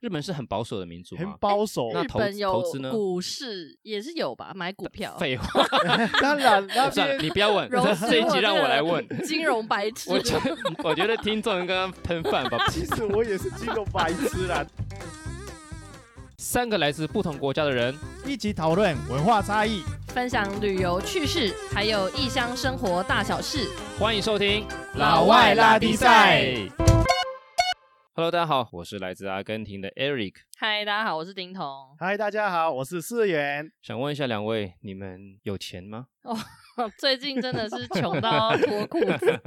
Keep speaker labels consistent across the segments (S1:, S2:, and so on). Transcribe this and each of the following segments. S1: 日本是很保守的民族
S2: 很
S1: 嘛，
S2: 保守。
S1: 那
S2: 那
S1: 哎
S2: 当
S1: 那投
S2: 然
S3: 日本有
S1: 投资呢呃
S3: 股市也是有吧，买股票。
S1: 废 话，
S2: 当然，那
S1: 算了，
S2: 边
S1: 你不要问，
S3: 荣 幸
S1: 这一集让我来问
S3: 这。个金融白 痴
S1: 我。觉得我觉得听众刚刚喷饭吧。
S2: 其实我也是金融白痴啦。
S1: 三个来自不同国家的人，
S2: 一起讨论文化差异。
S3: 分享旅游趣事，还有异乡生活大小事。
S1: 欢迎收听
S3: 老外拉
S2: 力赛。
S1: Hello，大家好，我是来自阿根廷的 Eric。
S3: 嗨，大家好，我是丁 彤。
S2: 嗨，大家好，我是四 元。
S1: 想问一下两位，你们有钱吗？
S3: 最近真的是穷到脱 裤子，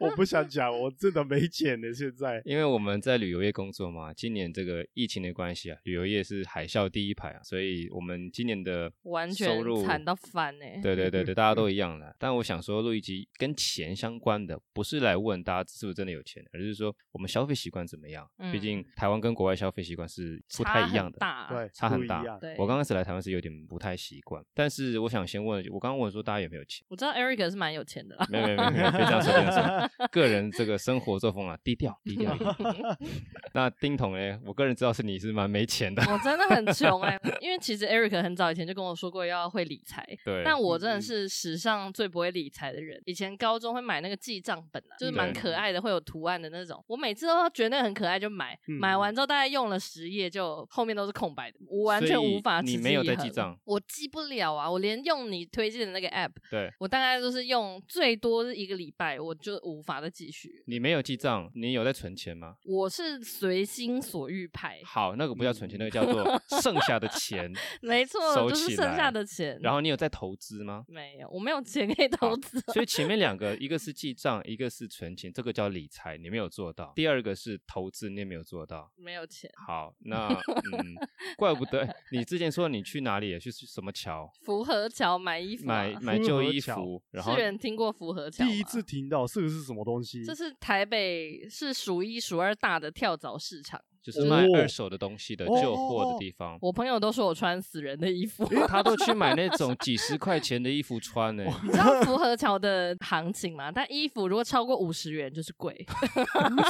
S2: 我不想讲，我真的没钱了。现在
S1: 因为我们在旅游业工作嘛，今年这个疫情的关系啊，旅游业是海啸第一排啊，所以我们今年的
S3: 完
S1: 收
S3: 全
S1: 入
S3: 惨到翻哎、欸。
S1: 对对对对，大家都一样的。但我想说，录一集跟钱相关的，不是来问大家是不是真的有钱，而是说我们消费习惯怎么样。毕竟台湾跟国外消费习惯是不太一样的，
S3: 嗯差很大
S2: 对
S1: 啊差
S2: 不
S1: 很
S2: 一
S1: 大
S2: 样。
S3: 对
S1: 我刚开始来台湾是有点不太习惯，但是我想先问，我刚刚问说大家有没有钱？
S3: 我知道 Eric 是蛮有钱的啦，
S1: 没有没有没有，没有别这样说，别这样 说。个人这个生活作风啊，低调低调一点。 那丁彤嘞，我个人知道是你是蛮没钱的，
S3: 我真的很穷 哎、因为其实 Eric 很早以前就跟我说过要会理财，
S1: 对。
S3: 但我
S2: 嗯
S3: 真的是史上最不会理财的人。以前高中会买那个记账本啊，就是蛮
S1: 对嗯
S3: 可爱的，会有图案的那种。我每次都觉得那个很可爱就买，
S2: 嗯
S3: 买完之后大概用了十页，就后面都是空白的，我完全
S1: 所以
S3: 无法持
S1: 你
S3: 之
S1: 没有
S3: 以
S1: 在
S3: 恒
S1: 记账，
S3: 我记不了啊！我连用你推荐的那个 app，
S1: 对
S3: 我大概都是用最多是一个礼拜，我就无法再继续。
S1: 你没有记账，你有在存钱吗？
S3: 我是随心所欲派，
S1: 好，那个不叫存钱，那个叫 做剩下的钱。
S3: 嗯没错，
S1: 收
S3: 就是
S1: 起
S3: 剩下
S1: 来
S3: 的钱。
S1: 然后你有在投资吗？
S3: 没有，我没有钱可以投资啊。
S1: 所以前面两个，一个是记账，一个是存钱，这个叫理财，你没有做到；第二个是投资，你也没有做到。
S3: 没有钱，
S1: 好， 那嗯，怪不得你之前说你去哪里，去什么桥
S3: 符合桥买衣服、啊，
S1: 买买
S2: 福
S1: 旧
S2: 和
S1: 衣
S2: 桥
S1: 服，然
S3: 是
S1: 后
S3: 有人听过福和桥吗
S2: 第一次，听到这个是什么东西？
S3: 这是台北是数一数二大的跳蚤市场。
S1: 就是卖
S2: 哦
S1: 二手的东西的旧
S3: 哦
S1: 货的地方。
S3: 我朋友都说我穿死人的衣服。
S1: 他都去买那种几十块钱的衣服穿呢、。
S3: 你知道福和桥的行情吗？但衣服如果超过五十元就是贵，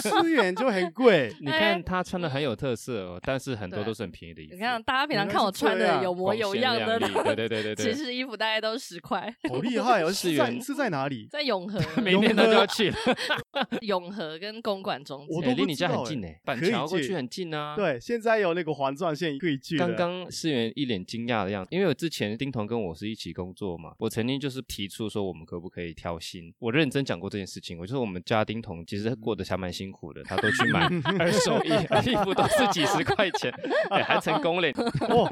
S2: 四元就很贵
S1: 你
S3: 哎
S1: 看他穿的很有特色、哦，但是很多
S3: 对
S1: 都是很便宜的衣服。
S3: 你看大家平常
S2: 原来
S3: 看我
S2: 是
S3: 穿
S2: 这
S3: 的
S2: 样
S3: 有模
S1: 光
S3: 有
S1: 鲜
S3: 样的，
S1: 亮丽对对对对对
S3: 其实衣服大概都十块，
S2: 好厉害 哦！是在
S1: 元
S2: 是在哪里？
S3: 在永和，
S1: 每天 他就要去了。
S3: 永和跟公馆中
S2: 我
S3: 间。
S2: 都
S1: 哎
S2: 不
S1: 离你
S2: 知
S1: 家很
S2: 道哎
S1: 近呢、板
S2: 可以
S1: 桥过
S2: 借
S1: 去很近啊。。
S2: 对，现在有那个环状线可以去的
S1: 刚刚思源一脸惊讶的样子，因为我之前丁彤跟我是一起工作嘛，我曾经就是提出说我们可不可以调薪，我认真讲过这件事情。我就是我们家丁彤其实过得还蛮辛苦的，他都去 买二手衣，衣服都是几十块钱，哎，还成功 嘞。
S2: 哦，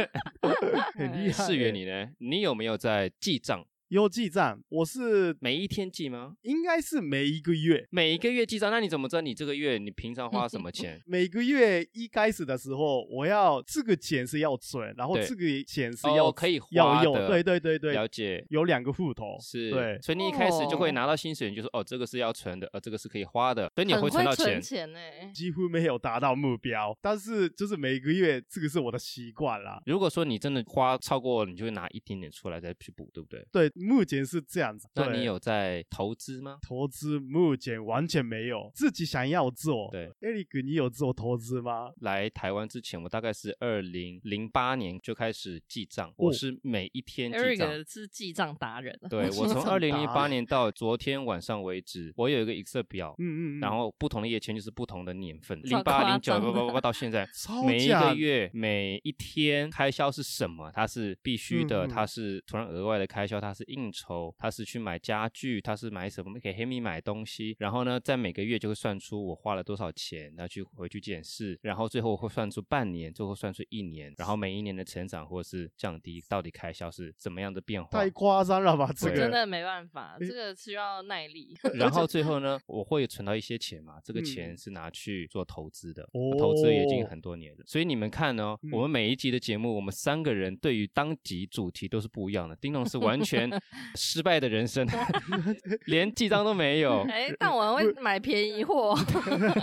S2: 很
S3: 哎
S2: 厉害。
S1: 思源，你呢？你有没有在记账？
S2: 邮寄站，我是
S1: 每一天记吗？
S2: 应该是每一个月，？
S1: 每一个月记账？那你怎么知道你这个月你平常花什么钱
S2: 每个月一开始的时候，我要这个钱是要存，然后
S1: 对
S2: 这个钱是要、
S1: 哦可以花
S2: 要用，
S1: 的
S2: 对对 对对，
S1: 了解。
S2: 有两个户头，
S1: 是，
S2: 对
S1: 所以你一开始就会
S3: 哦
S1: 拿到薪水，你就说哦，这个是要存的，呃，这个是可以花的，所以你
S3: 很
S1: 会存
S3: 会
S1: 到
S3: 存
S1: 钱。
S3: 钱呢、
S2: 几乎没有达到目标，但是就是每个月这个是我的习惯啦。
S1: 如果说你真的花超过，你就会拿一点点出来再去补，对不对？
S2: 对，目前是这样子。
S1: 那
S2: 对
S1: 你有在投资吗？
S2: 投资？目前完全没有，自己想要做。
S1: 对
S2: ，Eric，你有做投资吗？
S1: 来台湾之前，我大概是二零零八年就开始记账，我
S2: 哦
S1: 是每一天记账。
S3: Eric 是记账达人啊，
S1: 对我从
S2: 账
S1: 二零零
S2: 达
S3: 欸
S1: 八
S2: 人
S1: 年到昨天晚上为止，我有一个 Excel 表，
S2: 嗯嗯嗯。
S1: 然后哦不同的页签就是不同的年份，
S3: 超
S1: 零八
S3: 夸
S1: 零九
S3: 张
S1: 不
S3: 的
S1: 不不到现在，
S2: 超
S1: 每一
S2: 假
S1: 个月每一天开销是什么？它是必须的，
S2: 嗯嗯
S1: 它是突然额外的开销，它是应酬，它是去买家具，它是买什么给黑米买东西。然后呢，在每个月就会算出我花了多少钱，然后去回去检视，然后最后会算出半年，最后算出一年，然后每一年的成长或是降低，到底开销是怎么样的变化
S2: 太？夸张了吧，这
S1: 对
S2: 个
S3: 真的没办法，
S2: 你
S3: 这个需要耐力。
S1: 然后最后呢，我会存到一些钱嘛，这个
S2: 嗯
S1: 钱是拿去做投资的，投资已经
S2: 哦
S1: 很多年了。所以你们看哦，
S2: 嗯
S1: 我们每一集的节目，我们三个人对于当集主题都是不一样的。丁龙是完全失败的人生， 连记账都没 有。
S3: 哎，但我会买便宜货，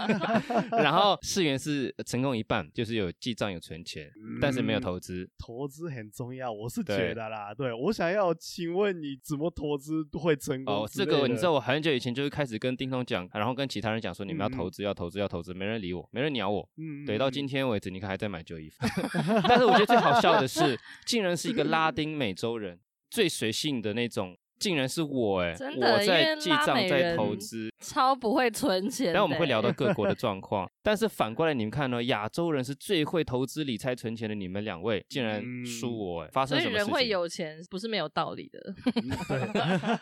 S1: 然后世元是成功一半，就是有记账有存钱，但是没有
S2: 嗯
S1: 投资。
S2: 投资很重要，我是
S1: 对
S2: 觉得啦，对我想要请问你怎么投资会成功
S1: 哦，
S2: 之
S1: 这个你
S2: 类的
S1: 知道，我很久以前就是开始跟丁通讲，然后跟其他人讲说你们要
S2: 嗯
S1: 投资，要投资，要投资，没人理我，没人鸟我。
S2: 嗯，
S1: 对，到今
S2: 天，
S1: 天为止，你看还在买旧衣服。 但是我觉得最好笑的是，竟然是一个
S3: 嗯
S1: 拉丁美洲人，最随性的那种，竟然是我哎、
S3: 真的
S1: 我
S3: 因
S1: 在
S3: 为
S1: 记
S3: 拉
S1: 账，
S3: 美
S1: 在
S3: 人
S1: 投资。
S3: 超不会存钱的。欸
S1: 然后我们会聊到各 国的状况，但是反过来你们看呢，亚洲人是最会投资理财存钱的，你们两位竟然输我、哎，发
S3: 嗯所
S1: 生
S3: 以
S1: 什么事
S3: 人
S1: 情？
S3: 会有钱不是没有道理的，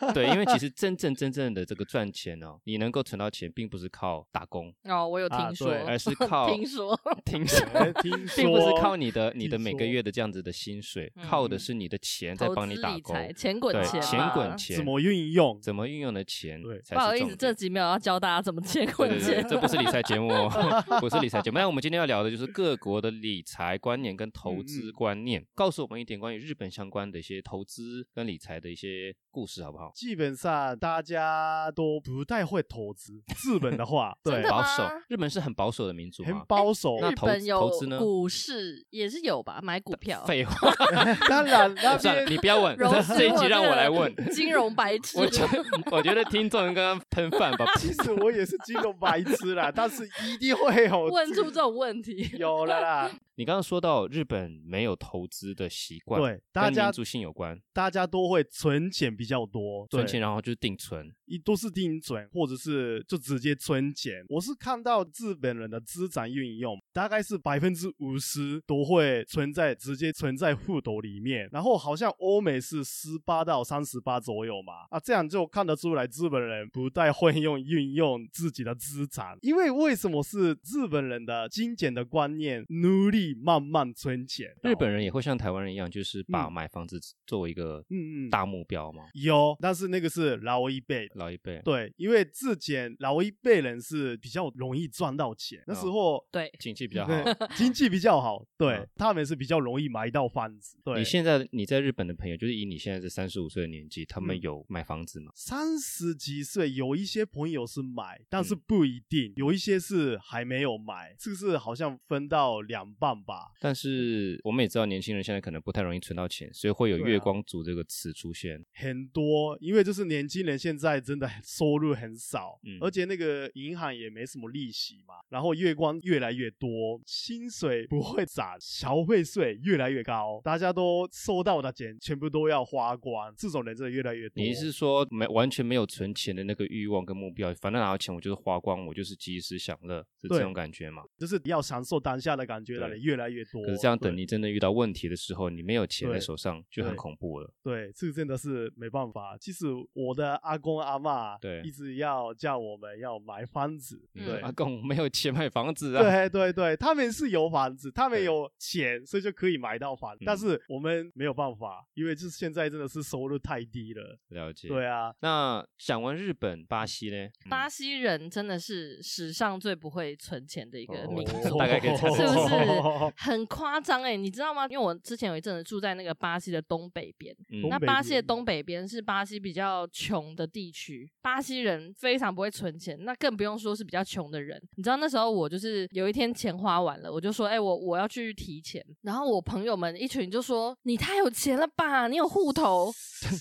S2: 嗯
S1: 对，因为 其实真正真正的这个赚钱哦，你能够存到钱，并不是靠打工，
S3: 哦，我有
S2: 啊
S3: 听说，
S2: 对
S1: 而是靠
S3: 听说，
S1: 听说。
S2: 哎听说
S1: 并不是靠你的你
S2: 听
S1: 的每个
S2: 说
S1: 月的这样子的薪水，
S3: 嗯
S1: 靠的是你的钱在
S3: 投
S1: 帮你
S3: 资
S1: 打
S3: 理
S1: 工，
S3: 财钱滚
S1: 对，
S3: 钱吧，
S1: 钱滚钱，
S2: 怎么运用？
S1: 怎么运用的钱
S2: 对
S1: 才
S3: 不好
S1: 是
S3: 意
S1: 重
S3: 思，
S1: 点。
S3: 这集没有要教大家怎么钱
S1: 对
S3: 滚
S1: 对对，
S3: 钱。
S1: 这不是理财节目， 哦，不是理财节目。那我们今天要聊的就是各国的理财观念跟投
S2: 嗯
S1: 资
S2: 嗯
S1: 观念，告诉我们一点关于日本相关的一些投资跟理财的一些故事，好不好？
S2: 基本上大家都不太会投资，日本 的话，对
S3: 真的，
S1: 保
S3: 吗
S1: 守，日本是很保守的民族
S2: 很
S1: 嘛。
S2: 保守。
S1: 那
S3: 日
S1: 投
S3: 本
S1: 资
S3: 有
S1: 投资呢
S3: 股市也是有吧，买股票。
S1: 废 话，
S2: 当然，那
S1: 算了，
S2: 边
S1: 你不要问，
S3: 柔
S1: 这
S3: 丝
S1: 这一集
S3: 这
S1: 让我
S3: 个
S1: 来问。
S3: 金融白 痴。
S1: 我觉得我觉得听众刚刚喷饭吧，
S2: 其实我也是金融白 痴啦，但是一定会有
S3: 问出这种问题，
S2: 有了啦。
S1: 你刚刚说到日本没有投资的习惯，，
S2: 对，大
S1: 跟
S2: 家
S1: 民族性有关，
S2: 大家都会存钱比较多，对
S1: 存钱然后就是定存，
S2: 一都是定存，或者是就直接存钱。我是看到日本人的资产运用，大概是百分之五十都会存在直接存在户头里面，然后好像欧美是十八到三十八左右嘛，啊，这样就看得出来日本人不太会用运用自己的资产，因为为什么是日本人的精简的观念，努力慢慢存钱。
S1: 日本人也会像台湾人一样，就是把
S2: 嗯
S1: 买房子作为一个
S2: 嗯嗯
S1: 大目标嘛。
S2: 有，但是那个是老一辈的。
S1: 老一辈，
S2: 对，因为质检老一辈人是比较容易赚到钱，那时候
S3: 对，
S1: 经济比较好。
S2: 对经济比较好，对
S1: 嗯
S2: 他们是比较容易买到房子。对
S1: 你，现在你在日本的朋友，就是以你现在这三十五岁的年纪，他们
S2: 嗯
S1: 有买房子吗？
S2: 三十几岁有一些朋友是买，但是
S1: 嗯
S2: 不一定，有一些是还没有买，这个是好像分到两半吧。
S1: 但是我们也知道，年轻人现在可能不太容易存到钱，所以会有“
S2: 对啊
S1: 月光族”这个词出现。
S2: 很多，因为就是年轻人现在真的很收入很少，
S1: 嗯
S2: 而且那个银行也没什么利息嘛，然后月光越来越多，薪水不会涨，消费税越来越高，大家都收到的钱全部都要花光，这种人真的越来越多。
S1: 你是说没完全没有存钱的那个欲望跟目标，反正拿到钱我就是花光，我就是及时享乐，是这
S2: 对
S1: 种感觉吗？
S2: 就是要享受当下的感觉的
S1: 对
S2: 人越来越多，
S1: 可是这样，等
S2: 对
S1: 你真的遇到问题的时候，你没有钱在
S2: 对
S1: 手上就很
S2: 对
S1: 恐怖了。
S2: 对，这个真的是没办法。其实我的阿公阿嬷
S1: 对
S2: 一直要叫我们要买房子，
S1: 你
S3: 嗯
S1: 说
S2: 对
S1: 阿公没有钱买房子啊，
S2: 对对对，他们是有房子，他们
S1: 对
S2: 有钱，所以就可以买到房。
S1: 嗯
S2: 但是我们没有办法，因为就是现在真的是收入太低了。
S1: 了解。
S2: 对啊，
S1: 那讲完日本、巴西嗯呢？
S3: 巴西人真的是史上最不会存钱的一个
S1: 哦
S3: 民
S1: 我
S3: 族，
S1: 大概可以猜
S3: 是
S1: 到
S3: 不是很夸张？哎，你知道吗？因为我之前有一阵子住在那个巴西的东北边，
S1: 嗯
S2: 东
S3: 那
S2: 北
S3: 巴西的
S2: 边
S3: 东北边是巴西比较穷的地区，巴西人非常不会存钱，那更不用说是比较穷的人。你知道那时候我就是有一天钱花完了，我就说，哎、我我要去提钱，然后我朋友们一群就说，你太有钱了吧，你有户头，然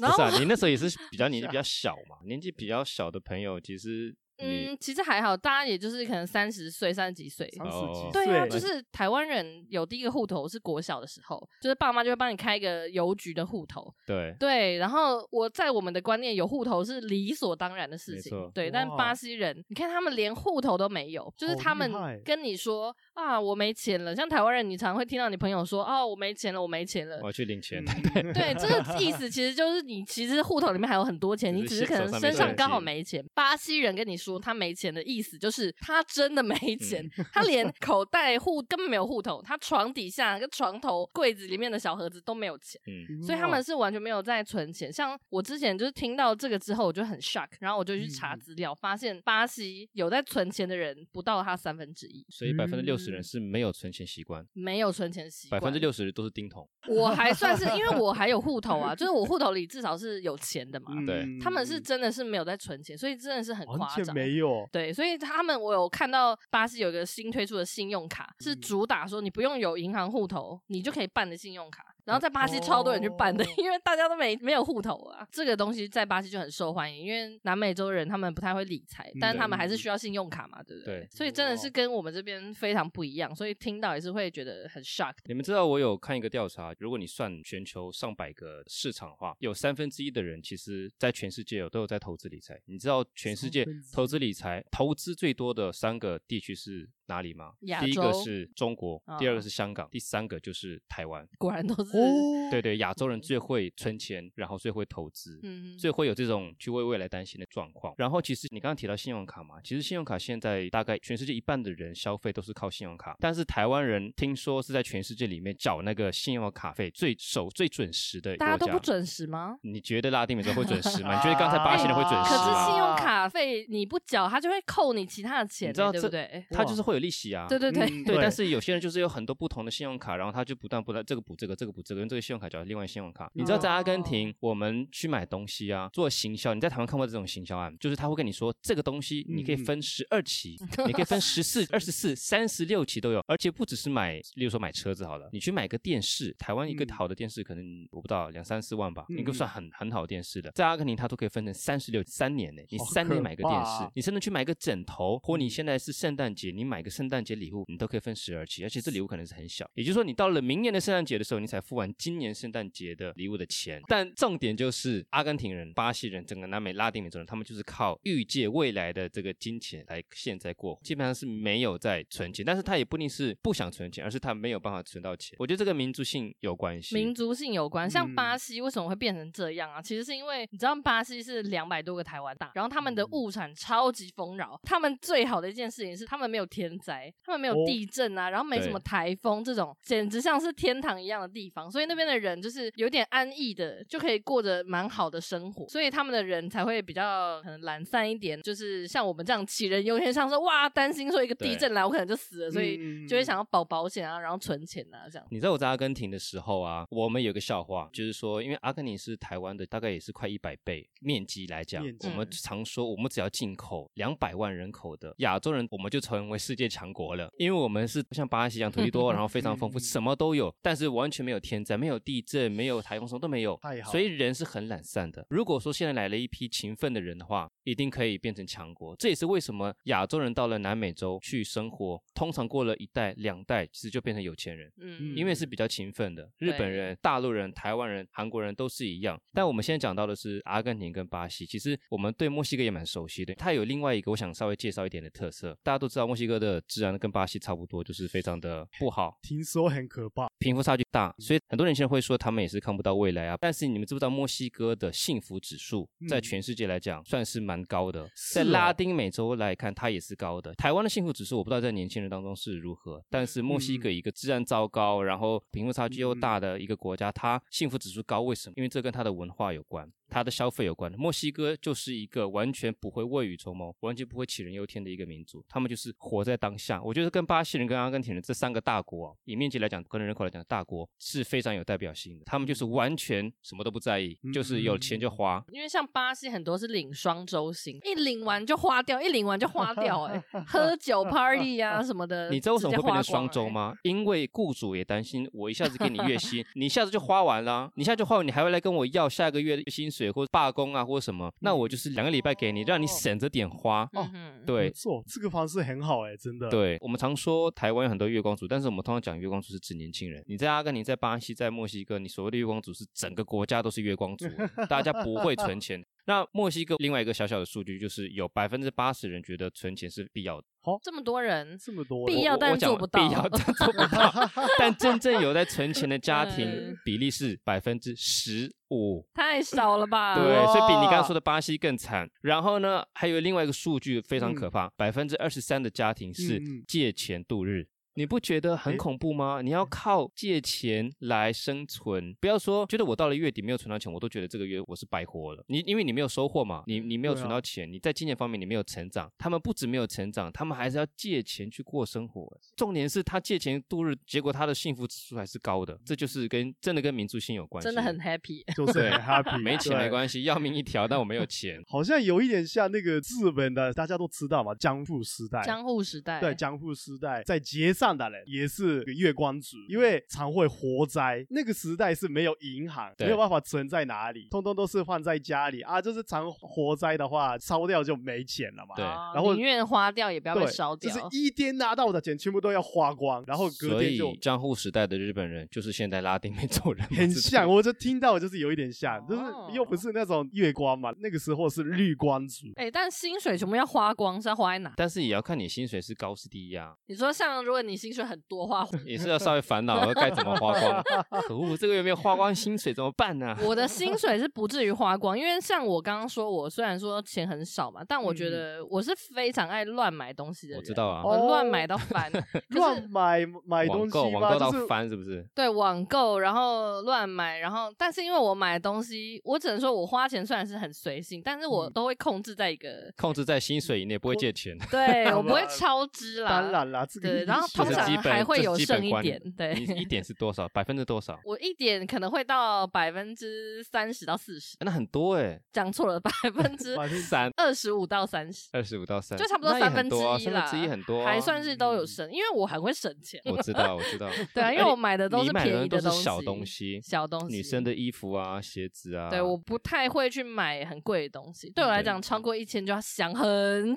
S1: 不
S3: 后啊
S1: 是啊，你那时候 也是比较年纪比较小嘛，年纪比较小的朋友，其实你
S3: 嗯，其实还好，大家也就是可能三十岁、三十几岁。
S2: 三十
S1: 哦
S2: 几岁，
S3: 对啊，
S1: 对
S3: 就是台湾人有第一个户头是国小的时候，就是爸妈就会帮你开一个邮局的户头，
S1: 对
S3: 对，然后我在我们的观念，有户头是理所当然的
S1: 没
S3: 事
S1: 错
S3: 情。对，但
S2: 哇
S3: 巴西人，你看他们连户头都没有，就是
S2: 好
S3: 他
S2: 厉
S3: 们
S2: 害
S3: 跟你说啊，我没钱了。像台湾人，你常会听到你朋友说啊，我没钱了，我没钱了
S1: 我。要去领钱，
S2: 嗯
S1: 对，
S3: 对，这个意思其实就是你其实户头里面还有很多钱，
S1: 只
S3: 你
S1: 是
S3: 只是可
S1: 手
S3: 能
S1: 上没
S3: 身
S1: 现
S3: 上刚好
S1: 金
S3: 没钱。巴西人跟你说他没钱的意思，就是他真的没
S1: 嗯
S3: 钱，他连口袋户根本没有户头，他床底下跟床头柜子里面的小盒子都没有钱。
S1: 嗯，
S3: 所以他们是完全没有在存钱。像我之前就是听到这个之后，我就很 shock，然后我就去查
S2: 嗯
S3: 资料，发现巴西有在存钱的人不到他三分之一，
S1: 所以百分之六十
S2: 嗯
S1: 人是没有存钱习惯，
S3: 没有存钱习
S1: 百
S3: 惯。
S1: 分之六十都是丁桶。
S3: 我还算是，因为我还有户头啊，就是我户头里至少是有钱的嘛。
S1: 啊对
S2: 嗯
S3: 他们是真的是没有在存钱，所以真的是很
S2: 完
S3: 夸
S2: 全
S3: 张。
S2: 没有，
S3: 对，所以他们我有看到巴西有一个新推出的信用卡，是
S2: 嗯
S3: 主打说你不用有银行户头，你就可以办的信用卡。然后在巴西超多人去办的，
S2: 嗯哦
S3: 因为大家都没没有户头啊。这个东西在巴西就很受欢迎，因为南美洲人他们不太会理财，但是他们还
S2: 嗯
S3: 是需要信用卡嘛，对不对？
S1: 对
S3: 所以真
S2: 哦
S3: 的是跟我们这边非常不一样，所以听到也是会觉得很 shock。
S1: 你们知道我有看一个调查，如果你算全球上百个市场的话，有三分之一的人其实在全世界有哦都有在投资理财。你知道全世界
S2: 三分之一
S1: 投资理财投资最多的三个地区是哪里吗？
S3: 亚
S1: 第一个
S3: 洲
S1: 是中国，
S3: 啊
S2: 嗯
S1: 第二个是香港，第三个就是台湾。
S3: 果然都是，
S2: 哦，
S1: 对对，亚洲人最会存钱，然后最会投资。
S3: 嗯，
S1: 所以会有这种去为未来担心的状况。然后其实你刚刚提到信用卡嘛，其实信用卡现在大概全世界一半的人消费都是靠信用卡，但是台湾人听说是在全世界里面缴那个信用卡费最守最准时的国
S3: 大
S1: 家。
S3: 家都不准时吗？
S1: 你觉得拉丁美洲会准时吗？你觉得 刚才巴西人会准
S3: 可
S1: 时啊
S3: 是
S1: 吗？
S3: 信用卡费你不缴，他就会扣你其他的钱
S1: 你知道
S3: 欸，
S1: 这
S3: 对不对？
S1: 它就是会有利息啊。
S3: 对对对，
S2: 嗯
S1: 对，但是有些人就是有很多不同的信用卡，然后他就不断不断这个补这个，这个补这个，用这个信用卡缴另外信用卡。你知道在阿
S2: 哦
S1: 根廷，我们去买东西啊，做行销，你在台湾看过这种行销案，就是他会跟你说这个东西你
S2: 嗯
S1: 可以分十二 期，你可以分十四、二十四、三十六期都有，而且不只是买，例如说买车子好了，你去买个电视，台湾一个
S2: 嗯
S1: 好的电视可能我不知道两三四万吧，
S2: 嗯
S1: 一个算很很好的电视的，在阿根廷它都可以分成三十六三年呢，你
S2: 好
S1: 三
S2: 可
S1: 年买个电
S2: 怕
S1: 视
S2: 啊，
S1: 你甚至去买个枕头，或你现在是圣诞节，你买个圣诞节礼物，你都可以分十二期，而且这礼物可能是很小，也就是说你到了明年的圣诞节的时候，你才付完今年圣诞节的礼物的钱。但重点就是阿根廷人、巴西人、整个南美、拉丁美洲人，他们就是靠预借未来的这个金钱来现在过活，基本上是没有在存钱，但是他也不一定是不想存钱，而是他没有办法存到钱。我觉得这个民族性有关系。
S3: 民族性有关，像
S2: 嗯
S3: 巴西为什么会变成这样啊？其实是因为你知道巴西是两百多个台湾大，然后他们的物产超级丰饶，他们最好的一件事情是他们没有天灾，他们没有
S2: 哦
S3: 地震啊，然后没什么
S1: 对
S3: 台风这种，简直像是天堂一样的地方。所以那边的人就是有点安逸的，就可以过着蛮好的生活，所以他们的人才会比较可能懒散一点，就是像我们这样杞人忧天，像说哇担心说一个地
S1: 对
S3: 震来我可能就死了，所以
S2: 以
S3: 就会想要保保险啊，然后存钱啊这样。
S1: 你知道我在阿根廷的时候啊，我们有个笑话，就是说，因为阿根廷是台湾的大概也是快一百倍面积来讲
S2: 面，积
S1: 我们
S3: 嗯
S1: 常说我们只要进口两百万人口的亚洲人，我们就成为世界强国了，因为我们是像巴西一样土地多，然后非常丰富，
S2: 嗯
S1: 什么都有，但是完全没有天灾，没有地震，没有台风，什么都没有
S2: 太，好
S1: 所以人是很懒散的。如果说现在来了一批勤奋的人的话，一定可以变成强国。这也是为什么亚洲人到了南美洲去生活，通常过了一代两代，其实就变成有钱人。
S3: 嗯，
S1: 因为是比较勤奋的，日
S3: 对
S1: 本人、大陆人、台湾人、韩国人都是一样。但我们现在讲到的是阿根廷跟巴西，其实我们对墨西哥也蛮熟悉的。它有另外一个我想稍微介绍一点的特色，大家都知道墨西哥的治安跟巴西差不多，就是非常的不好，
S2: 听说很可怕，
S1: 贫富差距大，
S2: 嗯
S1: 所以很多年轻人会说他们也是看不到未来啊。但是你们知不知道墨西哥的幸福指数在
S2: 嗯
S1: 全世界来讲算是蛮高的，
S2: 是
S1: 在
S2: 哦
S1: 拉丁美洲来看它也是高的。台湾的幸福指数我不知道在年轻人当中是如何，但是墨西哥
S2: 嗯
S1: 一个治安糟糕，然后贫富差距又
S2: 嗯
S1: 大的一个国家，它幸福指数高，为什么？因为这跟它的文化有关。它的消费有关。墨西哥就是一个完全不会未雨绸缪、完全不会杞人忧天的一个民族，他们就是活在当下。我觉得跟巴西人、跟阿根廷人这三个大国、啊，以面积来讲，跟人口来讲，大国是非常有代表性的。他们就是完全什么都不在意，就是有钱就花。
S3: 因为像巴西很多是领双周薪，一领完就花掉，一领完就花掉、哎，喝酒 party 啊什么的，
S1: 你知道为什么会变成双周
S3: 周？
S1: 吗？因为雇主也担心，我一下子给你月薪，你一下子就花完了，你一下就花完，你还会来跟我要下个月的薪水或者罢工啊或者什么？那我就是两个礼拜给你，让你省着点花。
S3: 嗯哼，
S1: 哦对
S2: 不，错，这个方式很好哎，真的，，
S1: 对，我们常说台湾有很多月光族，但是我们通常讲月光族是指年轻人。你在阿根廷、在巴西、在墨西哥，你所谓的月光族是整个国家都是月光族，大家不会存钱。那墨西哥另外一个小小的数据就是，有百分之八十人觉得存钱是必要的，
S3: 这么多人，
S2: 这么多
S3: 必
S1: 我
S3: 要
S1: 我
S3: 但
S1: 我讲
S3: 做
S1: 了
S3: 不
S1: 必
S3: 到
S1: 要但做不到。 但真正有在存钱的家庭
S3: 嗯
S1: 比例是百分之十五。
S3: 太少了吧？
S1: 对，所以比你刚
S2: 哇
S1: 刚说的巴西更惨。然后呢，还有另外一个数据非常可怕，百分之二十三的家庭是
S2: 嗯嗯嗯
S1: 借钱度日。你不觉得很
S2: 诶嗯
S1: 恐怖吗？你要靠借钱来生存，不要说觉得我到了月底没有存到钱，我都觉得这个月我是白活了。你因为你没有收获嘛，你你没有
S2: 对啊
S1: 存到钱，你在金钱方面你没有成长。他们不止没有成长，他们还是要借钱去过生活。重点是他借钱度日，结果他的幸福指数还是高的，这就是跟真的跟民族性有关系，
S3: 真的很 happy。
S2: 就是
S1: 对
S2: 很 happy，
S1: 没钱没
S2: 对
S1: 关系，要命一条，但我没 有钱。
S2: 好像有一点像那个日本的，大家都知道嘛，江户时
S1: 哎
S2: 代。
S3: 江户时代，
S2: 对江户时代，在街上的人也是个月光族，因为常会火灾。那个时代是没有银行，
S1: 对
S2: 没有办法存在哪里，通通都是放在家里啊。就是常火灾的话，烧掉就没钱了嘛。
S1: 对
S3: 哦
S2: 然后
S3: 宁愿花掉也不要被
S2: 对，
S3: 烧掉，
S2: 就是一天拿到的钱全部都要花光，然后隔
S1: 所
S2: 天
S1: 以
S2: 就
S1: 江户时代的日本人就是现代拉丁美洲人嘛，
S2: 很
S1: 是这
S2: 像。
S1: 样。
S2: 我就听到就是有一点像，就是又
S3: 哦
S2: 不是那种月光嘛，那个时候是绿光族。
S3: 哎、但薪水全部要花光，是要花在哪？
S1: 但是也要看你薪水是高是低呀、
S3: 你说像如果你薪水很 多花，
S1: 也是要稍微烦 恼该怎么花光。可恶，这个月没有花光薪水怎么办呢、
S3: 我的薪水是不至于花光，因为像我刚刚说，我虽然说钱很少嘛，但我觉得我是非常爱乱买东西的人。
S1: 嗯我知道啊，
S3: 我乱
S2: 哦
S3: 买到烦，
S2: 乱买买东
S1: 网购
S2: 西
S1: 网购
S2: 吗？
S1: 到
S2: 就是
S1: 翻是不是？
S3: 对网购，然后乱买，然后但是因为我买的东西，我只能说我花钱虽然是很随性，但是我
S2: 嗯
S3: 都会控制在一个，
S1: 控制在薪水以内，不会借钱。
S3: 对
S2: 好
S3: 我不会
S2: 吧
S3: 超支啦，
S2: 当然啦，这个
S3: 对，然后
S2: 一
S1: 这
S2: 定
S3: 通
S2: 是
S1: 是
S3: 常
S1: 基本
S3: 还会
S1: 这是
S3: 有
S1: 基本
S3: 剩一
S1: 观
S3: 点，
S1: 你
S3: 对。
S1: 一点是多 少？百分之多少？哎
S3: 我一点可能会到百分之三十到四十，
S1: 那很多哎、
S3: 讲错了，百分之
S2: 反正
S1: 三
S3: 二十五到三十，
S1: 二十五到三，
S3: 就差不多
S1: 呃那也
S3: 三分
S1: 很
S3: 之
S1: 多啊
S3: 一
S1: 三
S3: 啦，
S1: 分之一很多、啊，
S3: 还算是都有省，因为我很会省 钱。
S1: 我知道，我知道。 哎
S3: 对啊，因为我买的都
S1: 你
S3: 是
S1: 买的
S3: 便宜的
S1: 都
S3: 东
S1: 是
S3: 西，
S1: 小东西
S3: 小东西，
S1: 女生的衣服啊、鞋子啊，
S3: 对，我不太会去买很贵的东西。对我来
S1: 对
S3: 讲，
S2: 嗯
S3: 超过一千就要想 很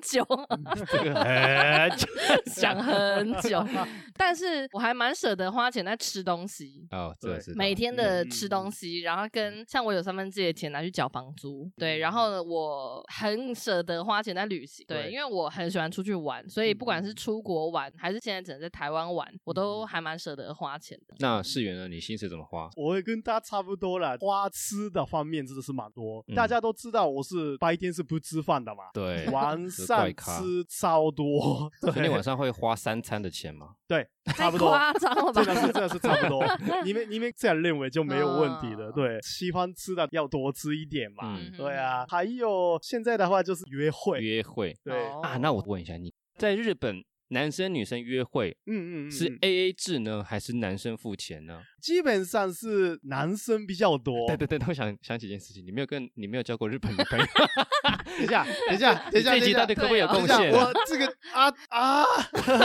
S3: 久，
S1: 这 个很
S3: 想很 久。但是我还蛮舍得花钱在吃东西，
S1: 哦，这
S2: 对
S1: 是
S3: 每天的
S2: 嗯
S3: 吃
S2: 嗯嗯
S3: 东西，然后跟像我有三分之一的钱拿去缴房租，对，然后呢我很舍得花钱在旅行，对，
S2: 对
S3: 因为我很喜欢出去玩，所以不管
S2: 嗯
S3: 是出国玩还是现在只能在台湾玩，我都还蛮舍得花钱的。
S1: 那世源呢？你薪水怎么花？
S2: 我也跟大家差不多了，花吃的方面真的是蛮多。
S1: 嗯
S2: 大家都知道我是白天是不吃饭的嘛，
S1: 对，
S2: 晚
S1: 是
S2: 上
S1: 怪咖
S2: 吃超多，
S1: 所以你
S2: 对
S1: 晚上会花三餐的钱吗？
S2: 对，差
S3: 太
S2: 不多。嗯
S3: 夸张了 吧
S2: 真？的是，真的是差不 多。你们你们这样认为就没有问题的，
S3: 嗯
S2: 对。喜欢吃的要多吃一点嘛，
S1: 嗯
S2: 对啊。还有现在的话就是约会，
S1: 约会
S2: 对，
S3: 哦
S1: 啊？那我问一下你，在日本男生女生约会
S2: 嗯嗯嗯，
S1: 是
S2: 嗯
S1: A A 制呢，还是男生付钱呢？
S2: 基本上是男生比较多。
S1: 对对对，我想想起一件事情，你没有跟你没有交过日本女朋友，
S2: 等一下， 等一下，等
S1: 你这
S2: 一下，
S1: 一
S2: 等一
S1: 集
S2: 下
S1: 到底可不可以有
S3: 对
S1: 贡
S2: 等一下，
S1: 献？
S2: 我这个啊啊，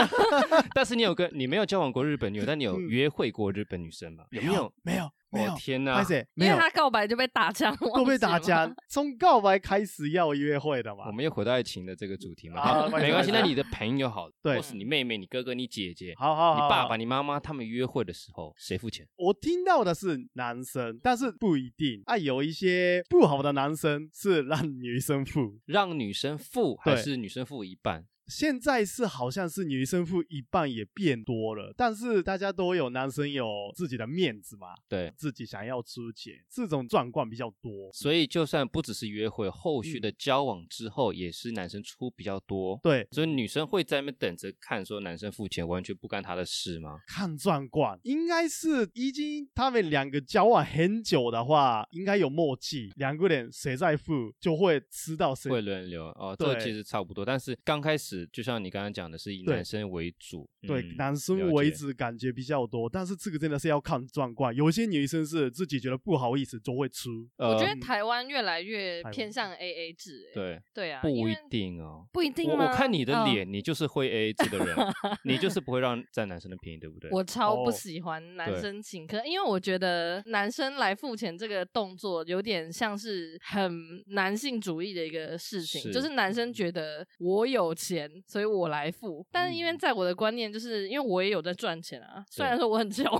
S1: 但是你有跟你没有交往过日本女友，但你有
S2: 嗯
S1: 约会过日本女生吗？有没有？
S2: 没有，没有
S1: 我，天
S2: 拍
S1: 哪！
S2: 谁？没
S3: 因为
S2: 有，
S3: 他告白就被打枪，
S2: 都被
S3: 忘
S2: 打
S3: 记了吗
S2: 家。从告白开始要约会的
S1: 我
S2: 嘛。
S1: 们又回到爱情的这个主题嘛，
S2: 啊
S1: 好
S2: 不好意思
S1: 没关系。
S2: 不好
S1: 那
S2: 意思
S1: 你的朋友好了，
S2: 对
S1: 或是你妹妹、你哥哥、你姐姐、
S2: 好好
S1: 你
S2: 好，
S1: 爸
S2: 好
S1: 爸、你妈妈，他们约会的时候谁付钱？
S2: 我听到的是男生，但是不一定啊，有一些不好的男生是让女生付。
S1: 让女生付还
S2: 对
S1: 是女生付一半？
S2: 现在是好像是女生付一半也变多了，但是大家都有男生有自己的面子嘛，
S1: 对，
S2: 自己想要出钱，这种状况比较多。
S1: 所以就算不只是约会，后续的交往之后也是男生出比较多。
S2: 嗯对，
S1: 所以女生会在那边等着看，说男生付钱完全不干她的事吗？
S2: 看状况，应该是已经他们两个交往很久的话，应该有默契，两个人谁在付就会知道谁
S1: 会轮流哦，这个
S2: 对
S1: 其实差不多。但是刚开始就像你刚刚讲的，是以
S2: 对
S1: 男生为主，
S2: 对，
S1: 嗯
S2: 男生为。主感觉比较多，但是这个真的是要看状况。有些女生是自己觉得不好意思就会出，
S1: 了解
S3: 我觉
S1: 呃，
S3: 得台湾越来越
S2: 台湾
S3: 偏向 A A 制、欸，
S1: 对，
S3: 对啊，因
S1: 不
S3: 为
S1: 一定哦。
S3: 不一定
S1: 我
S3: 吗？
S1: 我看你的
S3: 嗯
S1: 脸，你就是会 A A 制的人，你就是不会让占男生的便宜，对不对？
S3: 嗯我超不
S2: 哦
S3: 喜欢男
S1: 对
S3: 生请客，因为我觉得男生来付钱这个动作有点像是很男性主义的一个事情，就是
S1: 嗯
S3: 是男生觉得我有钱，钱，所以我来付。但是因
S1: 嗯
S3: 为在我的观念，就是因为我也有在赚钱啊，虽然说我很穷，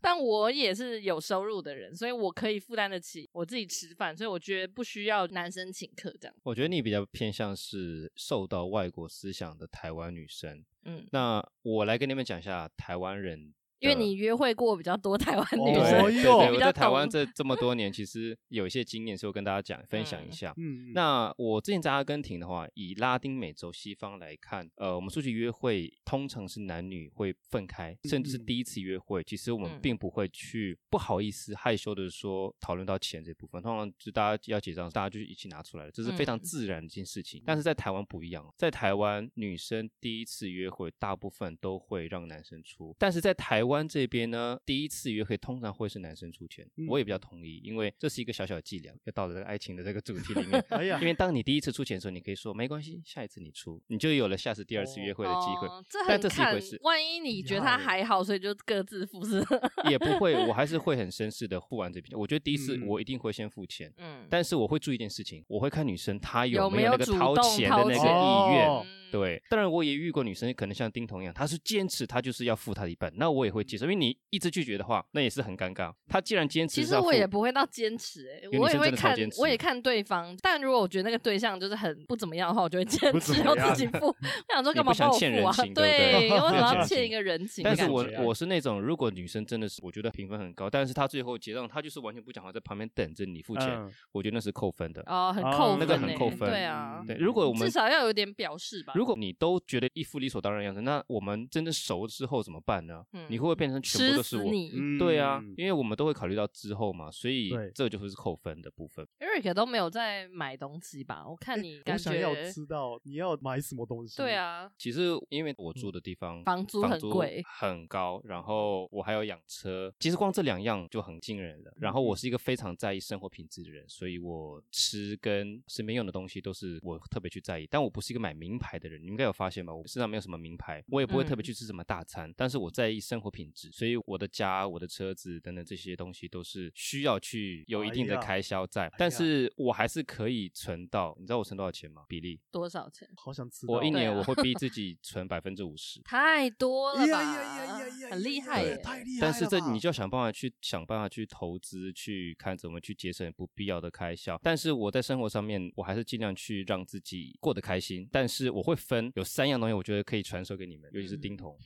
S3: 但我也是有收入的人，所以我可以负担得起我自己吃饭，所以我觉得不需要男生请客这样。
S1: 我觉得你比较偏向是受到外国思想的台湾女生。
S3: 嗯，
S1: 那我来跟你们讲一下台湾人的，
S3: 因为你约会过比较多 台湾
S1: 对
S3: 女
S1: 对
S3: 生，
S2: 哦
S1: 对
S2: 哟
S1: 对
S3: 比
S1: 我
S3: 较
S1: 在台湾
S3: 懂
S1: 这这么多年，其实有一些经验，所以我跟大家讲分享一
S3: 嗯
S1: 下。
S2: 嗯，
S1: 那我之前在阿根廷的话，以拉丁美洲西方来看，呃，我们出去约会通常是男女会分开，甚至是
S2: 嗯
S1: 第一次约会，其实我
S3: 嗯
S1: 们并不会去不好意思、害羞的说讨论到钱这部分，通常就大家要结账，大家就一起拿出来了，这是非常
S3: 嗯
S1: 自然的一件事情。但是在台湾不一样，在台湾女生第一次约会大部分都会让男生出，但是在台湾这边呢，第一次约会通常会是男生出钱，我也比较同意，因为这是一个小小的伎俩，又到了这个爱情的这个主题里面。
S2: 哎
S3: 啊
S2: 呀
S1: 因，为当你第一次出钱的时候，你可以说没关系，下一次你出，你就有了下次第二次约会的机会。
S3: 哦、这
S1: 但
S3: 很
S1: 这是一回
S3: 看
S1: 事，
S3: 万一你觉得他还好，所以就各自付是。
S1: 也不会，我还是会很绅士的付完这笔钱。我觉得第一次
S2: 嗯嗯
S1: 我一定会先付钱，
S3: 嗯，
S1: 但是我会注意一件事情，我会看女生她
S3: 有
S1: 没有
S3: 有
S1: 那个
S3: 主
S1: 掏
S3: 动
S1: 钱的
S3: 掏
S1: 那个
S3: 钱
S1: 意愿。
S2: 哦
S3: 嗯，
S1: 对，当然我也遇过女生，可能像丁彤一样，她是坚持她就是要付她的一半，那我也会接受，因为你一直拒绝的话，那也是很尴尬。她既然坚持
S3: 其
S1: 是
S3: 实
S1: 要付，
S3: 我也不会到坚持、欸，
S1: 为
S3: 我
S1: 女
S3: 也
S1: 生
S3: 会
S1: 真的超
S3: 看
S1: 坚，持
S3: 我也看对方。但如果我觉得那个对象就是很不怎么样的话，我就会坚
S2: 不怎
S3: 持
S2: 么
S3: 要
S2: 样
S3: 自己付。我想说
S1: 你
S3: 干
S1: 不
S3: 嘛
S1: 想
S3: 帮我
S1: 欠
S3: 付
S1: 人
S3: 啊？
S1: 情对不对
S3: 对，我为什么
S1: 欠人
S3: 要欠一
S1: 情
S3: 个人情的
S1: 但
S3: 感
S1: 是
S3: 觉？
S1: 我
S2: 觉啊
S1: 我是那种，如果女生真的是我觉得评分很高，但是她最后结账，她就是完全不讲话，在旁边等着你付钱，
S2: 嗯
S1: 我觉得那是扣分的。
S3: 哦，很
S2: 哦
S3: 扣分、
S1: 啊
S3: 欸，
S1: 那个很扣分
S3: 对啊
S2: 嗯，
S1: 对，如果我
S3: 至
S1: 们
S3: 少要有点表示吧。
S1: 如果你都觉得一副理所当然的样子，那我们真的熟之后怎么办呢？
S3: 嗯
S1: 你会不会变成全部
S3: 吃
S1: 都是
S3: 死
S1: 我？
S3: 你、
S2: 嗯
S1: 对啊，因为我们都会考虑到之后嘛，所以
S2: 对
S1: 这个就是扣分的部分。
S3: e r i c 都没有在买东西吧？我看你
S2: 我
S3: 感
S2: 想
S3: 觉
S2: 要知道你要买什么东西。
S3: 对，啊，
S1: 其实因为我住的地方
S3: 房租很贵，
S1: 很高，然后我还有养车，其实光这两样就很惊人了。然后我是一个非常在意生活品质的人，所以我吃跟身边用的东西都是我特别去在意。但我不是一个买名牌的人，你们应该有发现吧？我身上没有什么名牌，我也不会特别去吃什么大餐，但是我在意生活品质，所以我的家、我的车子等等这些东西都是需要去有一定
S2: 哎
S1: 的
S2: 呀
S1: 开销在，但是我还是可以存到。你知道我存多少钱吗？比例？
S3: 多少钱？
S2: 好想知道。
S1: 我一
S3: 对
S1: 年
S3: 啊
S1: 我会逼 自己存百分之五十。
S3: 太多了吧，
S2: 呀呀呀呀呀
S3: 很厉
S2: 呀
S3: 害欸
S2: 呀
S3: 耶！
S2: 太厉害了吧！
S1: 但是这 你就要想办法去想办法去投资，去看怎么去节省不必要的开销。但是我在生活上面，我还是尽量去让自己过得开心。但是我会分有三样东西，我觉得可以传授给你们，尤其是
S3: 嗯
S1: 丁彤。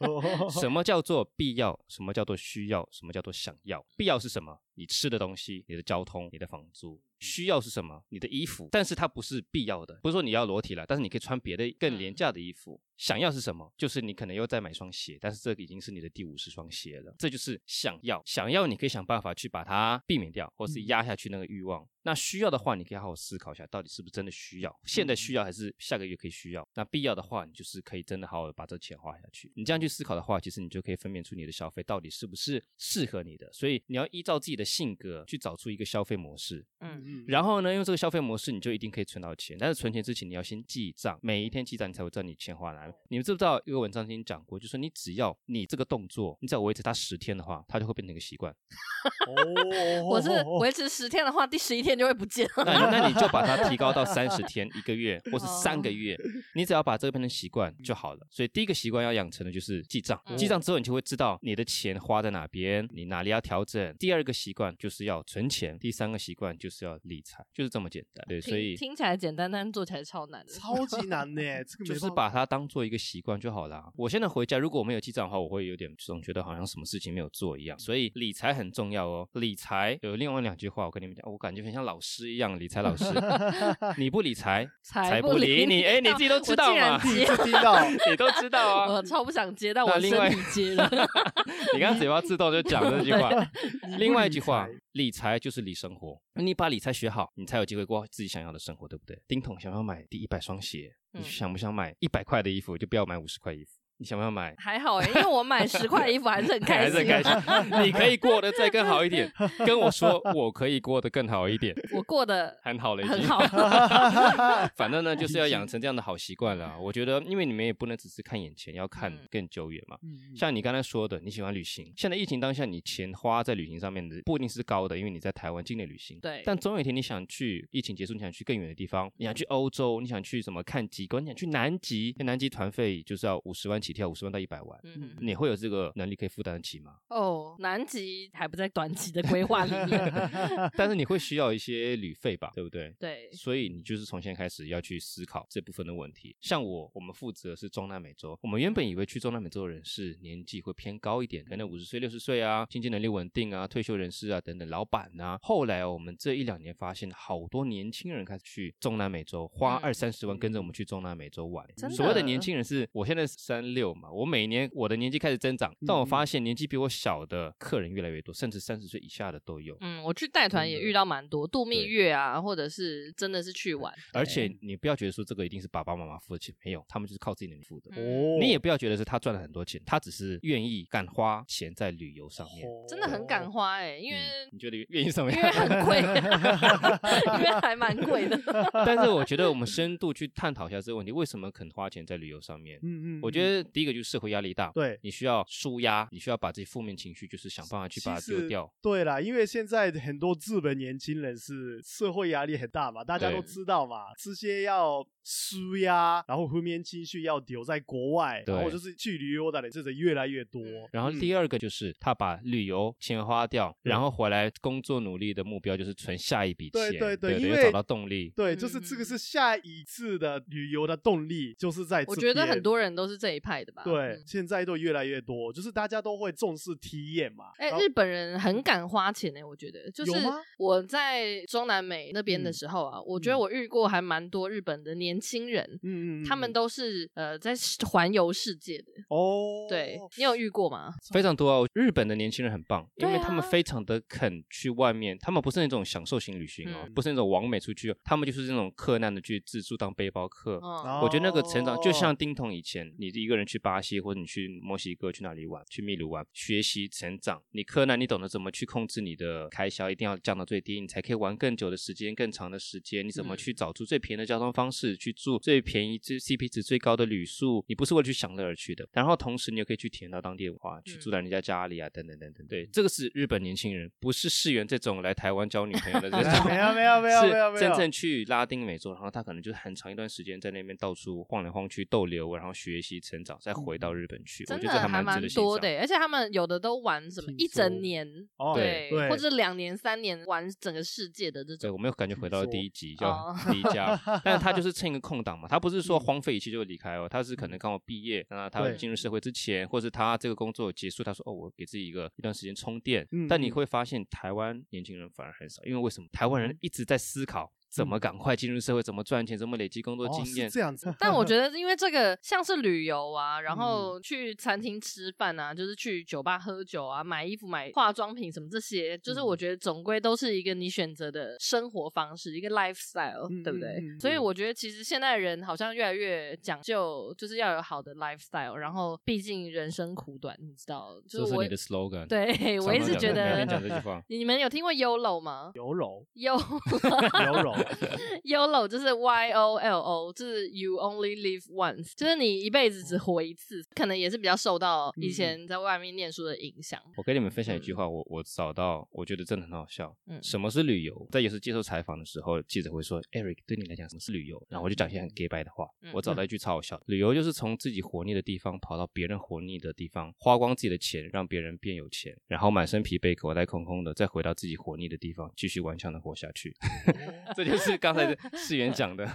S2: 哦
S1: 什么叫做必要？什么叫做需要？什么叫做想要？必要是什么？你吃的东西、你的交通、你的房租。需要是什么？你的衣服，但是它不是必要的，不是说你要裸体了，但是你可以穿别的更廉价的衣服。想要是什么？就是你可能又再买双鞋，但是这个已经是你的第五十双鞋了，这就是想要。想要你可以想办法去把它避免掉，或是压下去那个欲望。那需要的话，你可以好好思考一下，到底是不是真的需要，现在需要还是下个月可以需要？那必要的话，你就是可以真的好好地把这钱花下去。你这样去思考的话，其实你就可以分辨出你的消费到底是不是适合你的。所以你要依照自己的性格去找出一个消费模式。
S3: 嗯，
S2: 嗯
S1: 然后呢，用这个消费模式，你就一定可以存到钱。但是存钱之前，你要先记账，每一天记账，你才会知道你钱花哪里。你们知不知道一个文章曾经讲过，就是你只要你这个动作，你只要维持它十天的话，它就会变成一个习惯。
S2: 哦，
S3: 我是
S2: 哦
S3: 维持十天的话，第十一天就会不见了。
S1: 那你那你就把它提高到三十天、一个月或是三个月，你只要把这个变成习惯就好了。所以第一个习惯要养成的就是记账，
S3: 嗯
S1: 记账之后你就会知道你的钱花在哪边，你哪里要调整。第二个习惯就是要存钱，第三个习惯就是要理财，就是这么简单。对，所以
S3: 听听起来简单，但是做起来超难的。
S2: 超级难呢，这个
S1: 就
S2: 没
S1: 是
S2: 办法
S1: 把它当做一个习惯就好啦。我现在回家，如果我没有记账的话，我会有点总觉得好像什么事情没有做一样。所以理财很重要哦。理财有另外两句话，我跟你们讲，我感觉很像老师一样，理财老师，你不理财，
S3: 才
S1: 不理你。哎，你自己都知道嘛
S3: 我，竟然接，
S2: 就听到
S1: 你都知道啊
S3: 我。超不想接，但
S1: 那
S3: 我
S1: 另外
S3: 身体接 了。
S1: 你刚刚嘴巴自动就讲这句话。另外一句话理
S2: 理财，
S1: 财就是理生活。你把理财学好，你才有机会过自己想要的生活，对不对？丁桶想要买第一百双鞋，你
S3: 嗯
S1: 想不想买一百块的衣服？就不要买五十块衣服。你想不想买？
S3: 还好哎、因为我买十块衣服还是很 开
S1: 还
S3: 心
S1: 是
S3: 啊，
S1: 很开 心。你可以过得再更好一点，跟我说我可以过得更好一点，
S3: 我过得
S1: 很好了已经
S3: 很。好。
S1: 反正呢，就是要养成这样的好习惯啦。我觉得，因为你们也不能只是看眼前，要看
S3: 嗯
S1: 更久远嘛。
S2: 嗯
S1: 像你刚才说的，你喜欢旅行，现在疫情当下，你钱花在旅行上面的不一定是高的，因为你在台湾境内旅行。
S3: 对
S1: 但总有一天你想去，疫情结束你想去更远的地方，你想去欧洲，你想去什么看极光，你想去南极，南极团费就是要五十万起跳，五十万到一百万。
S3: 嗯，
S1: 你会有这个能力可以负担得起吗？
S3: 哦，南极还不在短期的规划里面。
S1: 但是你会需要一些旅费吧，对不对？
S3: 对，
S1: 所以你就是从现在开始要去思考这部分的问题。像我，我们负责的是中南美洲，我们原本以为去中南美洲的人是年纪会偏高一点，可能五十岁、六十岁啊，经济能力稳定啊，退休人士啊等等，老板啊。后来、哦、我们这一两年发现，好多年轻人开始去中南美洲，花
S3: 嗯
S1: 二三十万跟着我们去中南美洲玩。
S3: 真的
S1: 所谓的年轻人是，我现在三六嘛，我每年我的年纪开始增长，但我
S3: 嗯
S1: 发现年纪比我小的客人越来越多，甚至三十岁以下的都有。
S3: 嗯，我去带团也
S1: 真的
S3: 遇到蛮多度蜜
S1: 对呃
S3: 月啊，或者是真的是去玩，
S1: 而且你不要觉得说这个一定是爸爸妈妈付的钱，没有，他们就是靠自己能力付的。
S3: 嗯
S2: 哦，
S1: 你也不要觉得是他赚了很多钱，他只是愿意敢花钱在旅游上面。
S2: 哦
S3: 真的很敢花哎、因为、
S1: 嗯你觉得愿意上面
S3: 因？为很贵， 因为还蛮贵的。
S1: 但是我觉得 我们深度去探讨一下这个问题，为什么肯花钱在旅游上面？
S2: 嗯嗯，
S1: 我觉得第一个就是社会压力大，
S2: 对
S1: 你需要舒压，你需要把自己负面情绪就是想办法去把它
S2: 其实
S1: 丢掉。
S2: 对啦，因为现在很多日本年轻人是社会压力很大嘛，大家
S1: 对
S2: 都知道嘛，这些要舒压，然后负面情绪要留在国外，
S1: 对
S2: 然后就是去旅游的人真的越来越多。嗯
S1: 然后第二个就是他把旅游钱花掉，然后回来工作努力的目标就是存下一笔钱，
S2: 对对对因
S1: 又
S2: 为
S1: 找到动力。
S2: 对，就是这
S1: 嗯
S2: 个是下一次的旅游的动力，就是在
S3: 我
S2: 这
S3: 觉得很
S2: 边
S3: 多人都是这一派的吧。
S2: 对，
S3: 嗯
S2: 现在都越来越多，就是大家都会重视体验嘛。
S3: 哎、
S2: 然后
S3: 日本人很敢花钱哎、我觉得就是
S2: 有吗
S3: 我在中南美那边的
S2: 嗯
S3: 时候啊，我觉得我遇过还蛮多日本的年轻人，
S2: 嗯嗯，嗯
S3: 他们
S2: 嗯
S3: 都是呃在环游世界的。
S2: 哦，
S3: 对你有遇过吗？
S1: 非常多啊！日本的年轻人很棒，因
S3: 对
S1: 为他们
S3: 啊
S1: 非常的肯去外面，他们不是那种享受型旅行哦，
S3: 嗯
S1: 不是那种往美出去哦，他们就是那种克难的去自助当背包客。
S3: 嗯
S2: 哦
S1: 我觉得那个成长就
S2: 哦
S1: 像丁彤以前，你一个人去巴西或者你去墨西哥去哪里玩，去秘鲁玩，学习成长。你柯南，你懂得怎么去控制你的开销，一定要降到最低，你才可以玩更久的时间、更长的时间。你怎么
S3: 嗯
S1: 去找出最便宜的交通方式，去住最便宜、最 CP 值最高的旅宿？你不是为了去享乐而去的，然后同时你也可以去体验到当地的文化，去
S3: 嗯
S1: 住在人家家里啊，等等等等。对，这个是日本年轻人，不是世元这种来台湾交女朋友的这种。
S2: 没有没有没有没有没
S1: 是
S2: 有，
S1: 真正去拉丁美洲，然后他可能就是很长一段时间在那边到处晃来晃去逗留，然后学习成长，再回
S2: 嗯
S1: 到日本去。我
S3: 真
S1: 觉
S3: 的
S1: 得这
S3: 还
S1: 蛮值
S3: 蛮
S1: 得欣
S3: 多
S1: 赏
S3: 的欸，而且他们有的都玩什么
S2: 听
S3: 一整
S2: 说
S3: 年，
S2: 哦
S1: 对
S2: 对
S3: 或者两年、三年玩整个世界的这
S1: 对，
S3: 种。
S1: 我没有感觉回到
S2: 没错
S1: 第一 集叫
S3: 哦
S1: 离家，但是他就是趁一个空档嘛，他不是说荒废一切就离开哦，他是可能刚好毕业，那他
S2: 嗯对
S1: 进入社会之前，或是他这个工作结束，他说哦，我给自己一个一段时间充电。
S2: 嗯
S1: 但你
S2: 嗯
S1: 会发现台湾年轻人反而很少，因为为什么？台湾人一直在思考怎么赶快进入社会，怎么赚钱，怎么累积工作
S2: 嗯哦
S1: 经
S2: 是
S1: 验，
S2: 这样 子。
S3: 但我觉得，因为这个像是旅游啊，然后去餐厅吃饭啊，就是去酒吧喝酒啊，买衣服、买化妆品什么这些，就是
S2: 嗯
S3: 我觉得总归都是一个你选择的生活方式，一个 lifestyle，、
S2: 嗯
S3: 对不对？
S2: 嗯嗯
S3: 所以
S2: 嗯
S3: 我觉得，其实现代人好像越来越讲究，就是要有好的 lifestyle。然后，毕竟人生苦短，你知道，
S1: 这
S3: 就是
S1: 是
S3: 我
S1: 你的 slogan。
S3: 对
S1: 常
S3: 我一
S1: 常
S3: 直
S1: 讲
S3: 觉
S1: 每
S3: 得。
S1: 天讲这句话
S3: 你们有听过 YOLO 吗
S2: 有柔
S3: ？YOLO
S2: 有柔，
S3: YOLO 就是 Y O L O，就是 You Only Live Once，就是你一辈子
S1: 哦
S3: 只活一次。可能也是比较受到
S1: 嗯
S3: 以前在外面念书的影响。
S1: 我跟你们分享一句话，我我找到，我觉得真的很好笑。
S3: 嗯
S1: 什么是旅游？在有时接受采访的时候，记者会说：“Eric，对你来讲什么是旅游？”然后我就讲一些很 gay 白的话。
S3: 嗯
S1: 我找到一句超好笑的：旅游就是从自己活腻的地方跑到别人活腻的地方，花光自己的钱，让别人变有钱，然后满身疲惫，口袋空空的，再回到自己活腻的地方，继续顽强的活下去。
S3: 哦
S1: 这就是刚才世源讲 的，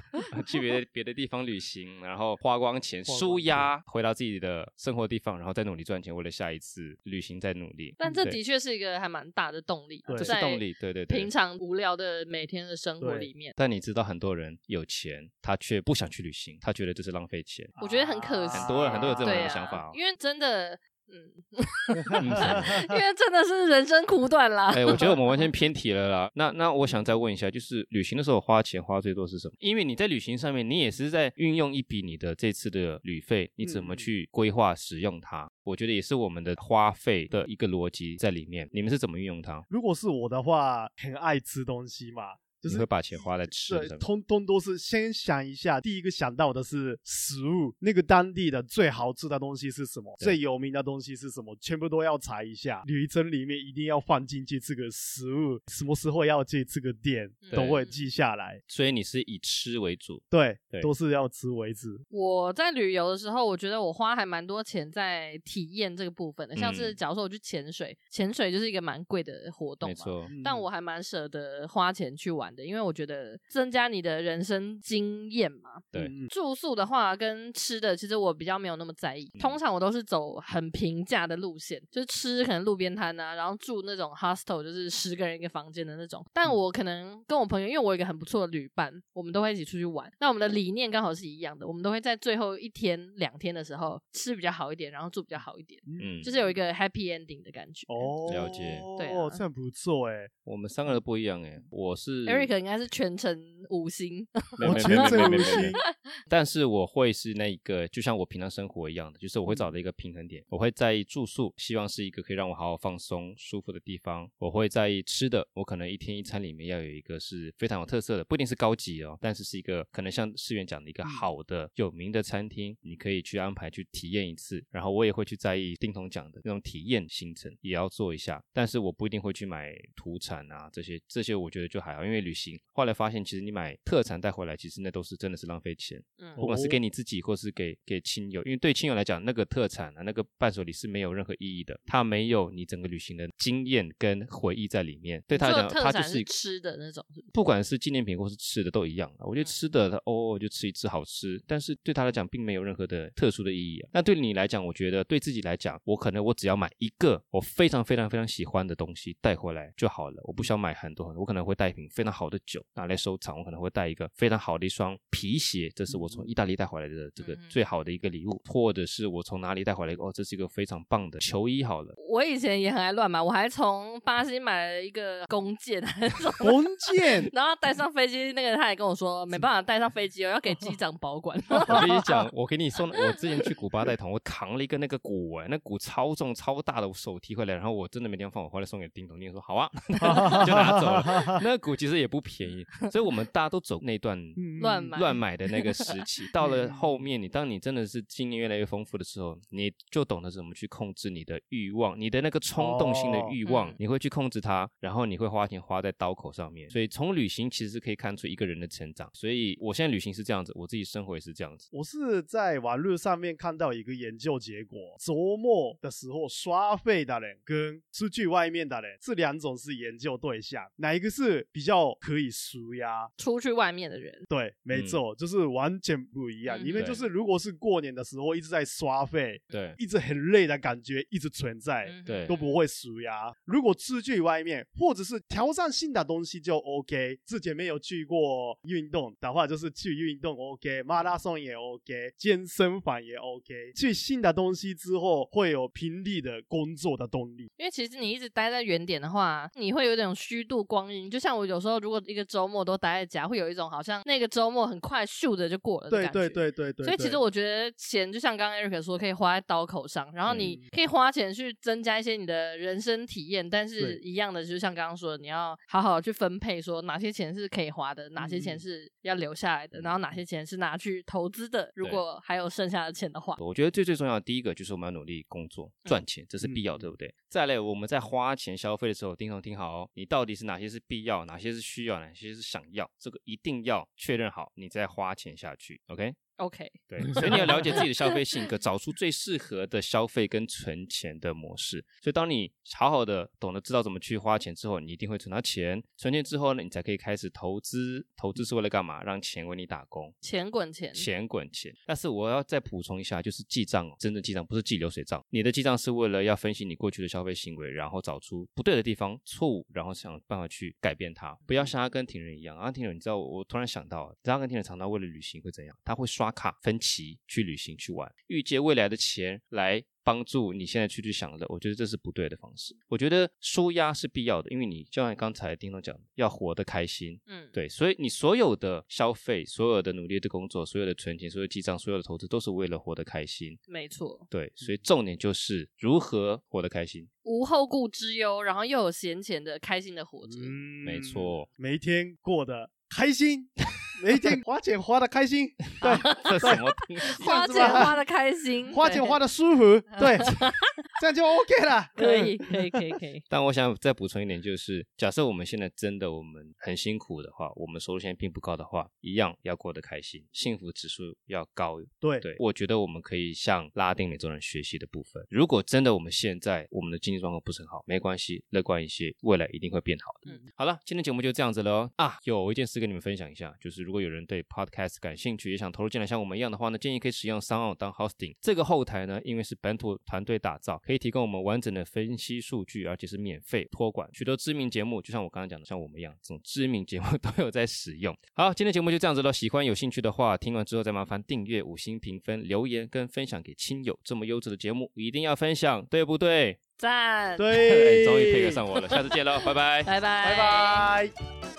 S1: 去别的别的地方旅行，然后花光钱，
S2: 花光
S1: 舒压，回到自己的生活地方，然后再努力赚钱，为了下一次旅行再努力。嗯
S3: 但这
S1: 对
S3: 的确是一个还蛮大的动力，啊
S2: 对
S1: 这是动力，。对对对
S3: 平。常无聊的每天的生活
S2: 对
S3: 里面，
S1: 但你知道很多人有钱，他却 不想去旅行，他觉得这是浪费钱。
S2: 啊
S3: 我觉得很可惜
S1: 很多人很多人这种
S3: 对
S1: 人
S3: 啊，
S1: 的想法哦
S3: 因为真的
S1: 嗯
S3: 因为真的是人生苦短啦。
S1: 哎，我觉得我们 完全偏题了啦。那那我想再问一下，就是旅行的时候花钱花最多是什么？因为你在旅行上面，你也是在运用一笔你的这次的旅费，你怎么
S2: 嗯
S1: 去规划使用它？我觉得也是我们的花费的一个逻辑在里面。你们是怎么运用它？
S2: 如果是我的话，很爱吃东西嘛，就
S1: 你
S2: 是
S1: 会把钱花在吃
S2: 对
S1: 上，面？
S2: 通通都是先想一下，第一个想到的是食物，那个当地的最好吃的东西是什么，
S1: 对
S2: 最有名的东西是什么，全部都要查一下。旅程里面一定要放进去这个食物，什么时候要去这个店
S3: 对
S2: 都会记下来。
S1: 所以你是以吃为主。
S2: 对，
S1: 对
S2: 都是要吃为止。
S3: 我在旅游的时候，我觉得我花还蛮多钱在体验这个部分的，像是
S1: 嗯
S3: 假如说我去潜水，潜水就是一个蛮贵的活动
S1: 没
S3: 嘛。
S1: 错，
S3: 但
S2: 嗯
S3: 我还蛮舍得花钱去玩的，因为我觉得增加你的人生经验嘛。
S1: 对
S2: 嗯
S3: 住宿的话跟吃的，其实我比较没有那么在意。通常我都是走很平价的路线，就是吃可能路边摊啊，然后住那种 hostel，就是十个人一个房间的那种。但我可能跟我朋友，因为我有一个很不错的旅伴，我们都会一起出去玩。那我们的理念刚好是一样的，我们都会在最后一天、两天的时候吃比较好一点，然后住比较好一点，
S1: 嗯，
S3: 就是有一个 happy ending 的感觉。
S2: 哦，
S1: 了解
S3: 对啊
S2: 哦，这样不错哎。
S1: 我们三个都不一样哎，我是
S3: Eric 应该是全程五星，
S1: 没有
S2: 我
S1: 没有
S2: 全
S1: 没有
S2: 程
S1: 没有没有没
S2: 无
S1: 有
S2: 心
S1: 但是我会是那一个，就像我平常生活一样的，就是我会找到一个平衡点。我会在意住宿，希望是一个可以让我好好放松、舒服的地方。我会在意吃的，我可能一天一餐里面要有一个是非常有特色的，不一定是高级哦，但是是一个可能像世源讲的一个好的、有名的餐厅，你可以去安排去体验一次。然后我也会去在意丁彤讲的那种体验行程，也要做一下。但是我不一定会去买土产啊这些，这些我觉得就还好，因为旅行后来发现，其实你买特产带回来，其实那都是真的是浪费钱。
S3: 嗯
S1: 不管是
S2: 哦
S1: 给你自己，或是给给亲友，因为对亲友来讲，那个特产啊，那个伴手礼是没有任何意义的，它没有你整个旅行的经验跟回忆在里面。对他来
S3: 做
S1: 讲，
S3: 特
S1: 它就
S3: 产
S1: 是一个
S3: 吃的那种，
S1: 不管是纪念品或是吃的都一样啊。我觉得
S3: 嗯
S1: 吃的，它偶尔就吃一次好吃，但是对他来讲并没有任何的特殊的意义、啊。那对你来讲，我觉得对自己来讲，我可能我只要买一个我非常非常非常喜欢的东西带回来就好了，我不想买很多很多。我可能会带一瓶非常好的酒拿来收藏，我可能会带一个非常好的一双皮鞋，这是我从意大利带回来的这个
S3: 嗯
S1: 最好的一个礼物，或者是我从哪里带回来一个哦，这是一个非常棒的球衣好了。
S3: 我以前也很爱乱买，我还从巴西买了一个弓箭，啊那种，
S2: 弓箭
S3: 然后带上飞机，那个他也跟我说没办法带上飞机哦，要给机长保 管。
S1: 我跟你讲，我给你送，我之前去古巴带团，我扛了一个那个鼓哎、那鼓超重超大的，我手提回来，然后我真的没地方放，我回来送给丁彤，丁彤说好啊， 就拿走了。那个鼓其实也不便宜，所以我们大家都走那段
S2: 嗯
S3: 乱买
S1: 乱买的那个时期。到了后面，你当你真的是经验越来越丰富的时候，你就懂得怎么去控制你的欲望，你的那个冲动性的
S2: 哦
S1: 欲望，
S3: 嗯
S1: 你会去控制它，然后你会花钱花在刀口上面。所以从旅行其实可以看出一个人的成长。所以我现在旅行是这样子，我自己生活也是这样子。
S2: 我是在网络上面看到一个研究结果，周末的时候刷费的人跟出去外面的人，这两种是研究对象，哪一个是比较可以舒压？
S3: 出去外面 的人，
S2: 对，没错，就是完全不一样。
S3: 嗯
S2: 因为就是如果是过年的时候一直在刷费，
S1: 对，
S2: 一直很累的感觉一直存在。
S3: 嗯
S1: 对
S2: 都不会舒压。如果出去外面，或者是挑战性的东西就 OK。之前没有去过运动的话，就是去运动 OK，马拉松也 OK，健身房也 OK。去新的东西之后，会有频率的工作的动力。
S3: 因为其实你一直待在原点的话，你会有一种虚度光阴。就像我有时候如果一个周末都待在家，会有一种好像那个周末很快咻的就过了的
S2: 对
S3: 感觉。
S2: 对对对对。
S3: 所以其实
S2: 对
S3: 我觉得钱就像刚刚 Eric 说，可以花在刀口上，然后你
S2: 嗯
S3: 可以花钱去增加一些你的人生体验，但
S2: 对
S3: 是一样的，就像刚刚说的，你要好好去分配，说哪些钱是可以花的，哪些钱
S2: 嗯
S3: 是要留下来的，然后哪些钱是拿去投资的。如
S1: 对
S3: 果还有剩下的钱的话，
S1: 我觉得最最重要的第一个就是我们要努力工作赚钱，这是必要，
S2: 嗯
S1: 对不对？再来，我们在花钱消费的时候，听懂听好哦，你到底是哪些是必要，哪些是需要，哪些是想要，这个一定要确认好，你再花钱下去，OK？
S3: OK，
S1: 对，所以你要了解自己的 消费性格，找出最适合的消费跟存钱的模式。所以，当你好好的懂得知道怎么去花钱之后，你一定会存到钱。存钱之后呢，你才可以开始投资。投资是为了干嘛？让钱为你打工。
S3: 钱滚钱，
S1: 钱滚钱。但是我要再补充一下，就是记账哦，真的记账不是记流水账。你的记账是为了要分析你过去的消费行为，然后找出不对的地方、错误，然后想办法去改变它。不要像阿根廷人一样，阿根廷人，你知道我，我突然想到，你知道阿根廷人常常为了旅行会怎样？他会刷刷卡分期去旅行去玩，预借未来的钱来。帮助你现在去去享乐，我觉得这是不对的方式。我觉得舒压是必要的，因为你就像刚才丁总讲的，要活得开心，
S3: 嗯，
S1: 对，所以你所有的消费、所有的努力的工作、所有的存钱、所有的记账、所有的投资，都是为了活得开心。
S3: 没错，
S1: 对，所以重点就是如何活得开心。
S3: 无后顾之忧，然后又有闲钱的开心的活着。
S2: 嗯，
S1: 没，错，
S2: 每一天过得开心， 每一天花钱花的开 心，对，
S3: 啊
S1: 这什么东西？
S3: 花钱花的开心，
S2: 花钱
S3: 对
S2: 花的舒服，对， 这样就 OK 了，
S3: 可以，可以，可以，可以。
S1: 但我想再补充一点，就是假设我们现在真的我们很辛苦的话，我们收入现在并不高的话，一样要过得开心，幸福指数要高。
S2: 对，
S1: 对，我觉得我们可以向拉丁美洲人学习的部分。如果真的我们现在我们的经济状况不是很好，没关系，乐观一些，未来一定会变好的。
S3: 嗯
S1: 好了，今天节目就这样子了哦。啊，有一件事跟你们分享一下，就是如果有人对 podcast 感兴趣，也想投入进来像我们一样的话呢，建议可以使用 s o u n 当 hosting。这个后台呢，因为是本土团队打造，可以提供我们完整的分析数据，而且是免费托管。许多知名节目，就像我刚刚讲的，像我们一样，这种知名节目都有在使用。好，今天节目就这样子了。喜欢有兴趣的话，听完之后再麻烦订阅、五星评分、留言跟分享给亲友。这么优质的节目，一定要分享，对不对？哎
S3: 赞，
S2: 对，哎
S1: 终于配合上我了，下次见喽，拜拜。
S3: 拜
S2: 拜
S3: 拜，
S2: 拜。